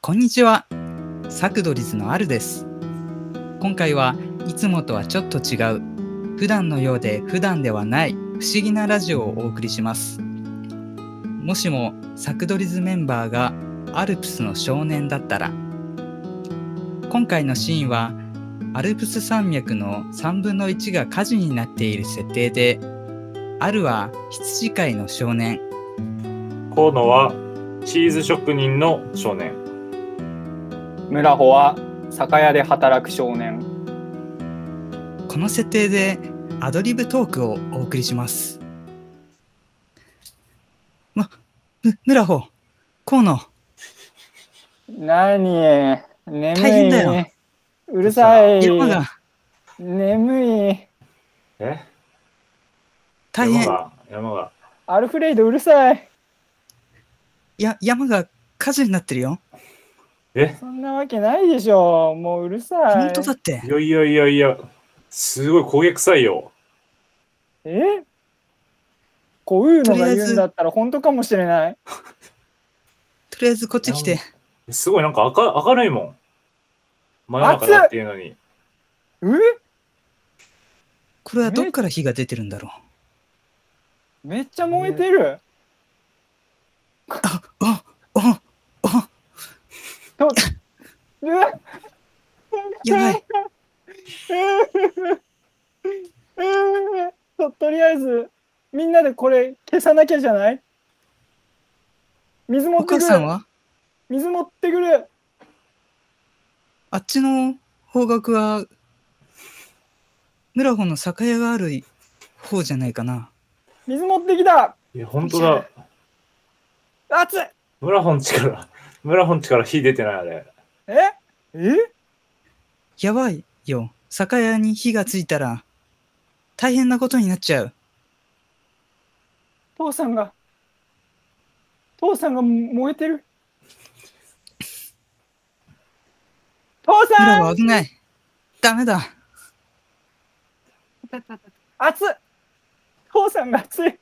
こんにちは。サクドリズのあるです。今回はいつもとはちょっと違う、普段のようで普段ではない不思議なラジオをお送りします。もしもサクドリズメンバーがアルプスの少年だったら、今回のシーンはアルプス山脈の3分の1が火事になっている設定で、アルは羊飼いの少年、河野はチーズ職人の少年村穂は酒屋で働く少年この設定でアドリブトークをお送りします。ま、む、むらほ、河野、何眠い大変だようるさい山が眠いえ大変、山が山がアルフレイドうるさいや、山が火事になってるよ。えそんなわけないでしょもううるさい本当だってい。やいやいやいやすごい焦げ臭いよえこういうのが言うんだったら本当かもしれないとりあえずこっち来て。すごいなんか赤明るいもん真夜中だっていうのにえこれはどっから火が出てるんだろめっちゃ燃えてるう。あ、あ、あ、とうわやばい。ととりあえずみんなでこれ消さなきゃじゃない水持おって母くるさんは水持ってくるあっちの方角は、むらほの酒屋がある方じゃないかな。水持ってきたいや本当だ熱い村本家から村本家から火出てないあれええやばいよ。酒屋に火がついたら、大変なことになっちゃう。父さんが父さんが燃えてる父ムさラんは危ない。ダメだ。熱い父さんが熱い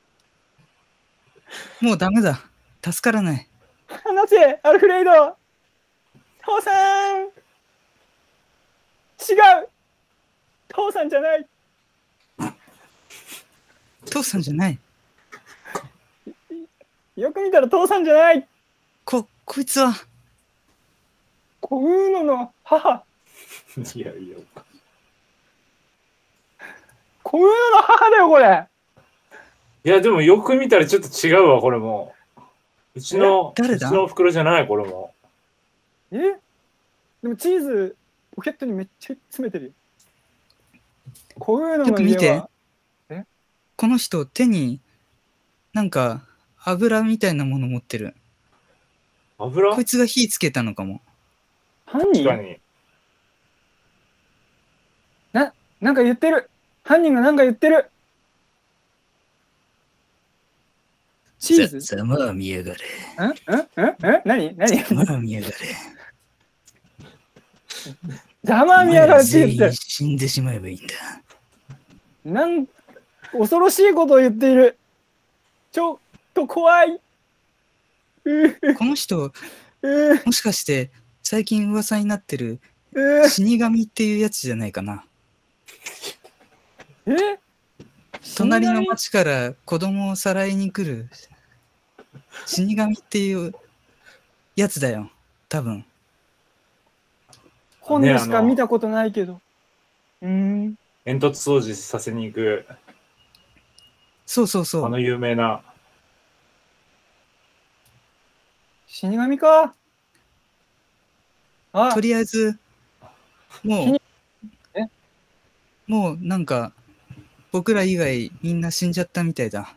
もうダメだ。助からない。放せアルフレイド父さん違う父さんじゃない父さんじゃない。よく見たら父さんじゃないこ、こいつは、コウーノの母いやいやコウーノの母だよこれいやでもよく見たらちょっと違うわこれもうちのえ誰うだちの袋じゃないこれもえでもチーズポケットにめっちゃ詰めてるよコウーノよのく見家てはこの人手に、なんか、油みたいなもの持ってる。油こい確つが火つけたのかも。犯か人になんか言ってる犯人がなんか言ってるチーズざざまあ見やがれ。んんんん何何ざまあ見 やがれ。邪魔見やがるチーズって全員死んでしまえばいいんだ。なん恐ろしいことを言っている。ちょっと怖い。ううこの人、うもしかして、最近噂になってるう死神っていうやつじゃないかな。え隣の町から子供をさらいに来る死神っていうやつだよ多分本でしか見たことないけど。うーん。煙突掃除させに行くそうそうそあうの有名な死神か。あと、りあえずもうえもうなんか僕ら以外みんな死んじゃったみたいだ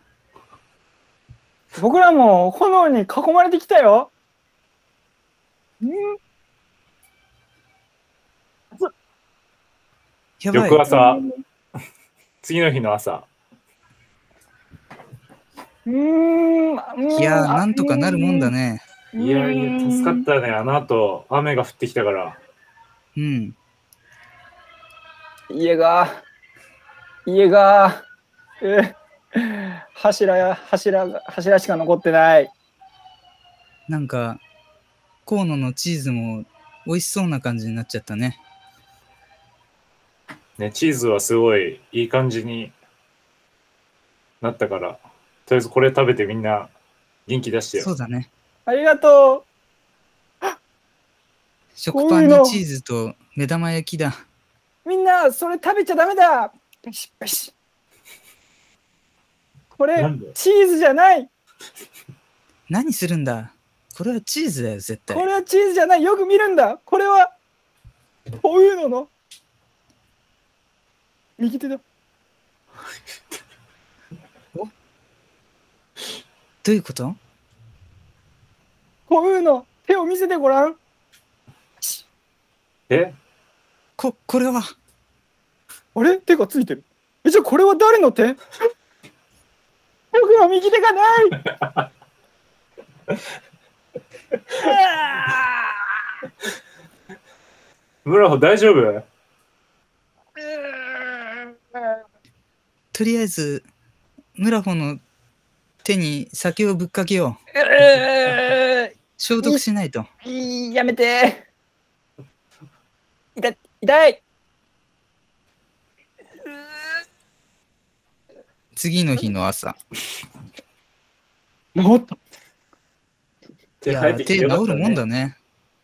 僕らも炎に囲まれてきたよ。んやばい翌朝次の日の朝うーん。いやーなんとかなるもんだね。ねいやいうやーん助かっ。たねあの後雨が降ってきたからうん家が家がえー柱や柱が柱しか残ってないなんか河野のチーズも美味しそうな感じになっちゃったね。ね、チーズはすごいいい感じになったから、とりあえずこれ食べてみんな元気出してよそ。うだね。ありがと食パンこういうのにチーズと目玉焼きだ。うみんなそれ食べちゃダメだペシペシこれなんでチーズじゃない何するんだこれはチーズだよ、絶こ対。れはチーズじゃないよく見るんだこれはこういうのの右手だどういうことこういうの手を見せてごらんえこ、これは、あれ手がついてるえじゃあこれは誰の手僕は右手がないあー村穂大丈夫とりあえず、村穂の手に酒をぶっかけよう。消毒しないと。いいやめて痛い痛い次の日の朝。治ったい手や変えー、て手き治てよかったるもんだね。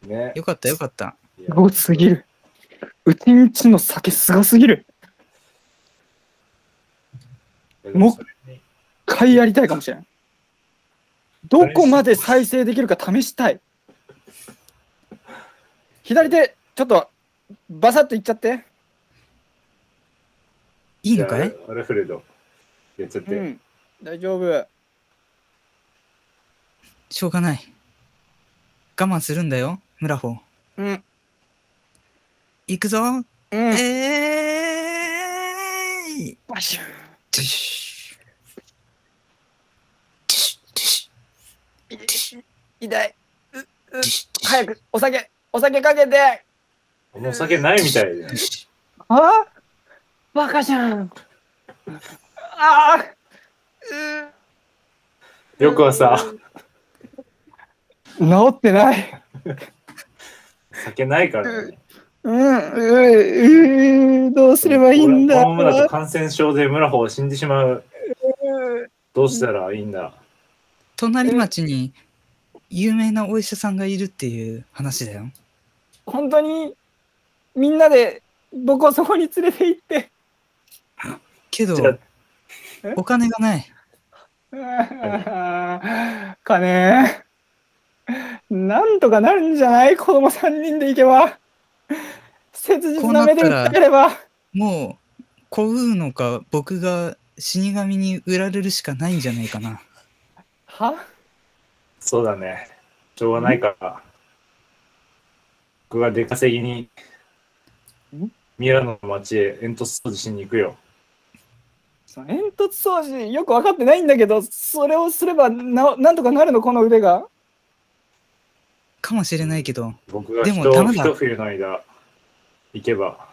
ね。ねよかったよかった。いやごすぎるうちんちの酒すごすぎるでもそれに買いやりたいかもしれないどこまで再生できるか試したい左手ちょっとバサッといっちゃっていいのかじいゃあアルフレド。やっちゃって。うん大丈夫しょうがない。我慢するんだよ、村穂。うん行くぞ。うんえーいバシュントゥシュトゥシュトゥシ痛いュトゥシュ早くお酒お酒かけてもう酒ないみたいでトゥ。シュあバカじゃんああよくはさ、治ってない酒ないからね。うんうんうんどうすればいいんだこのままだと感染症で村穂は死んでしまう。うんどうしたらいいんだ隣町に有名なお医者さんがいるっていう話だよ。本当にみんなで僕をそこに連れて行ってけどじゃあ、お金がない。あー金なんとかなるんじゃない子供3人で行けば切実な目で訴えればもう、こういうのか、僕が死神に売られるしかないんじゃないかな。はそうだね。しょうがないから。僕が出稼ぎにん、ミラノの町へ煙突掃除しに行くよ。その煙突掃除よく分かってないんだけどそれをすればななんとかなるのこの腕がかもしれないけど、僕がで一も頼むな一冬の間行けば、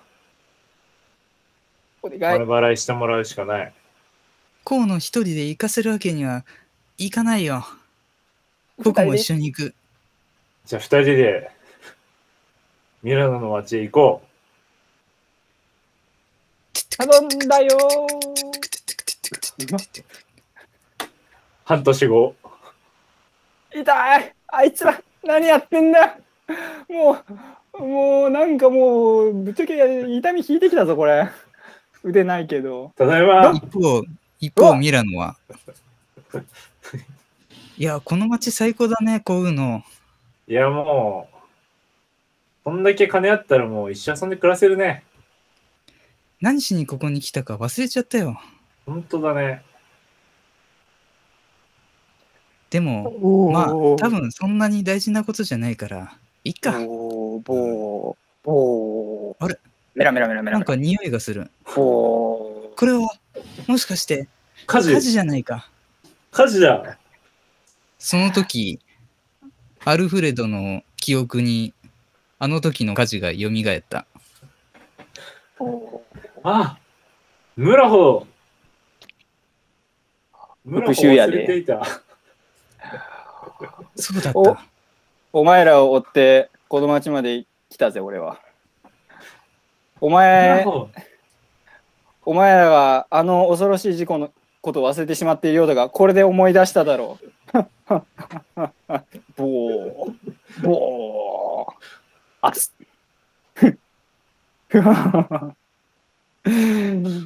お願丸払いいしてもらうしかない。河野一人で行かせるわけにはいかないよ。僕も一緒に行く。じゃあ二人でミラノの町へ行こう。頼んだよ半年後。ー痛いあいつら何やってんだもうもうなんかもうぶっちゃけ痛み引いてきたぞこれ腕ないけどただいま。一方、一う方、わミラノは。いや、この街最高だね、こういうの。いやもう、こんだけ金あったらもう一緒遊んで暮らせるね。何しにここに来たか忘れちゃったよ。本当だね。でも、まあ、多分そんなに大事なことじゃないから、いっか。ぼーぼーぼーあれメラメラメラメラなんかメラ匂いがする。ぼこれは、もしかして、火火事事、じゃないか。火事だ。その時、アルフレドの記憶に、あの時の火事が蘇った。ーあ、村穂。村復讐穂や忘でれていた。そうだっおた。おお前らを追ってこの町まで来たぜ俺はお前お前らはあの恐ろしい事故のことを忘れてしまっているようだがこれで思い出しただろう ボーボーあっす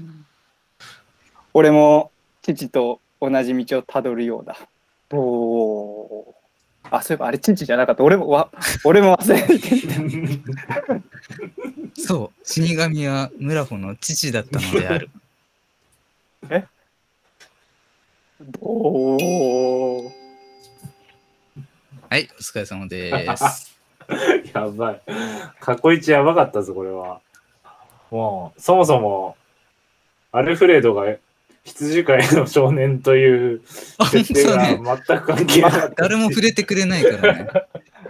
俺も父と同じ道をたどるようだボーあそういえばあれ父じゃなかった俺もわ俺も忘れててそう、死神は村穂の父だったのであ る。ボーはい、お疲れ様 です。 やばい。過去一やばかったぞ、これは。もう、そもそも、アルフレードが羊飼いの少年というあ、本設定当がね。全く関係なかった。誰も触れてくれないからね。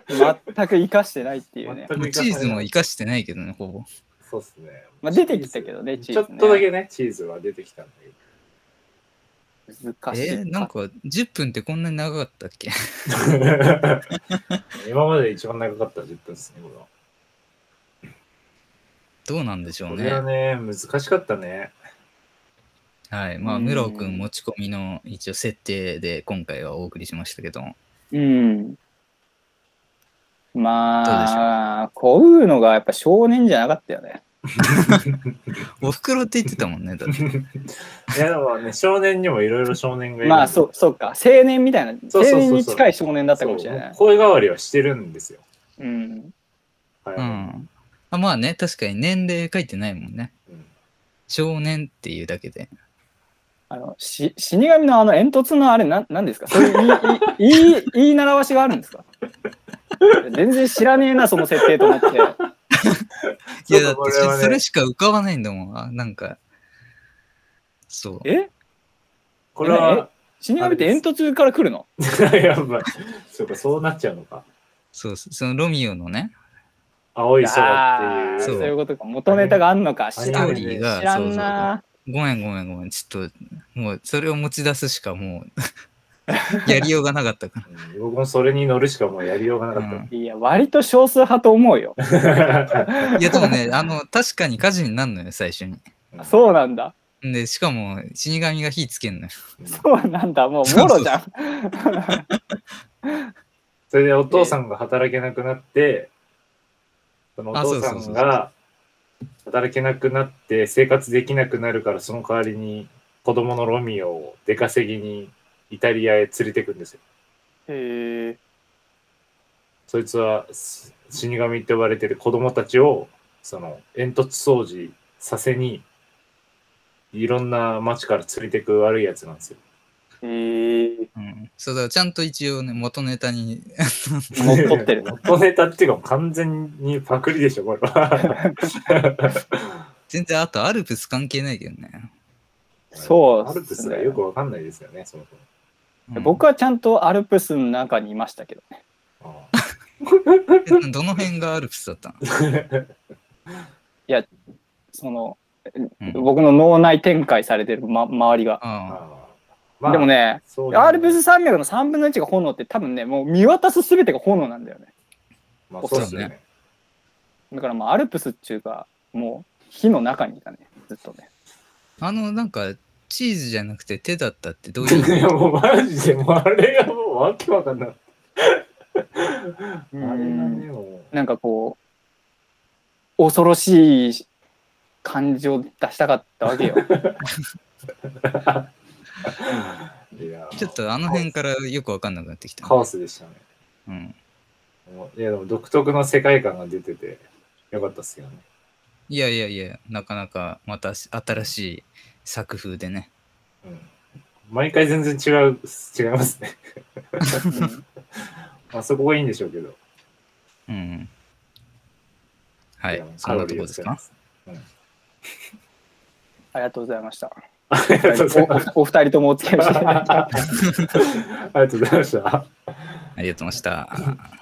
全く生かしてないっていうね。全もくう活チかされーズも生かしてないけどね、ほぼ。そうっすね。まあ、出てきたけどね、チーちょズ、っね。とだけね、チーズは出てきたんだけ ど。難しい。えーなんか10分ってこんなに長かったっけ 今までで一番長かった10分ですね、これは。どうなんでしょこうれねは。ね、難しかったね。はい。まあ、うん村尾くん持ち込みの一応設定で今回はお送りしましたけども。うん。まあ、こういうのがやっぱ少年じゃなかったよね。お袋って言ってたもんね、だって。いや、でもね、少年にもいろいろ少年がいるんで。まあ、そう、そうか。青年みたいな、そうそうそうそう青年に近い少年だったかもしれそうない。声変わりはしてるんですよ。うん。はい。うん。あまあね、確かに年齢書いてないもんね。うん少年っていうだけで。あの、し、死神のあの煙突のあれ、なん、なんですかそういう言い、言い、言い習わしがあるんですか全然知らねえな、その設定と思って。いや、そだうっかてこれはねそれしか浮かばないんだもん。あなんか、そう。えこれは、死神って煙突から来るの やばい。そうか、そうなっちゃうのか。そう、そのロミオのね、青いあ空あってそいうう。そういうことか。元ネタがあんのか。あ知れストらーんリーが、知らそうんな。そうごめんごめんごめん。ちょっと、もう、それを持ち出すしかもう、やりようがなかったかうん僕もそれに乗るしかもうやりようがなら。かうった。んいや、割と少数派と思うよ。 いや、でもね、あの、確かに火事になるのよ、最初に。う。そうなんだ。で、しかも、死神が火つけんのよ。そうなんだ。もう、もろじゃん。それでお父さんが働けなくなって、そのおあそう父そうそさうそうんが働けなくなって生活できなくなるから、その代わりに子供のロミオを出稼ぎにイタリアへ連れてくんですよ。へえ。そいつはす死神って呼ばれてる子供たちをその煙突掃除させにいろんな町から連れてく悪いやつなんですよ。へえ。うん。そうだ、ちゃんと一応ね、元ネタに、乗っ取っ てる元ネタっていうかもう完全にパクリでしょこれは。全然、あとアルプス関係ないけどね。そうっすねアルプスがよくわかんないですよねそもそもうん僕はちゃんとアルプスの中にいましたけどね。あえどの辺がアルプスだ ったの、その、うん僕の脳内展開されてる、ま、周りが。あ。あああでも、ね、そうだねアルプス山脈の3分の1が炎って多分ね、もう見渡す全てが炎なんだよね。まあ、そうですよそうね。だからまあ、アルプスっていうか、もう火の中にいたね、ずっとね。ああの、なんか、チーズじゃなくて手だったってどういう意 味いやもうマジでもうあれがもうわけわかんない。あれがねもうなんかこう、恐ろしい感じを出したかったわけ よ。いやちょっとあの辺からよくわかんなくなってきた。カオスでしたね。うん、もういやでも独特の世界観が出ててよかったっすよね。いやいやいや、なかなかまたし新しい作風でね。うん、毎回全然違う違いますね。うんまあそこがいいんでしょうけど。うん。はいやい、そんなとこですか。ありがとうございました。カロリーを使いますありがとうござい ます。おおお二人ともお付き合いしていただいて。ありがとうございました。ありがとうございました。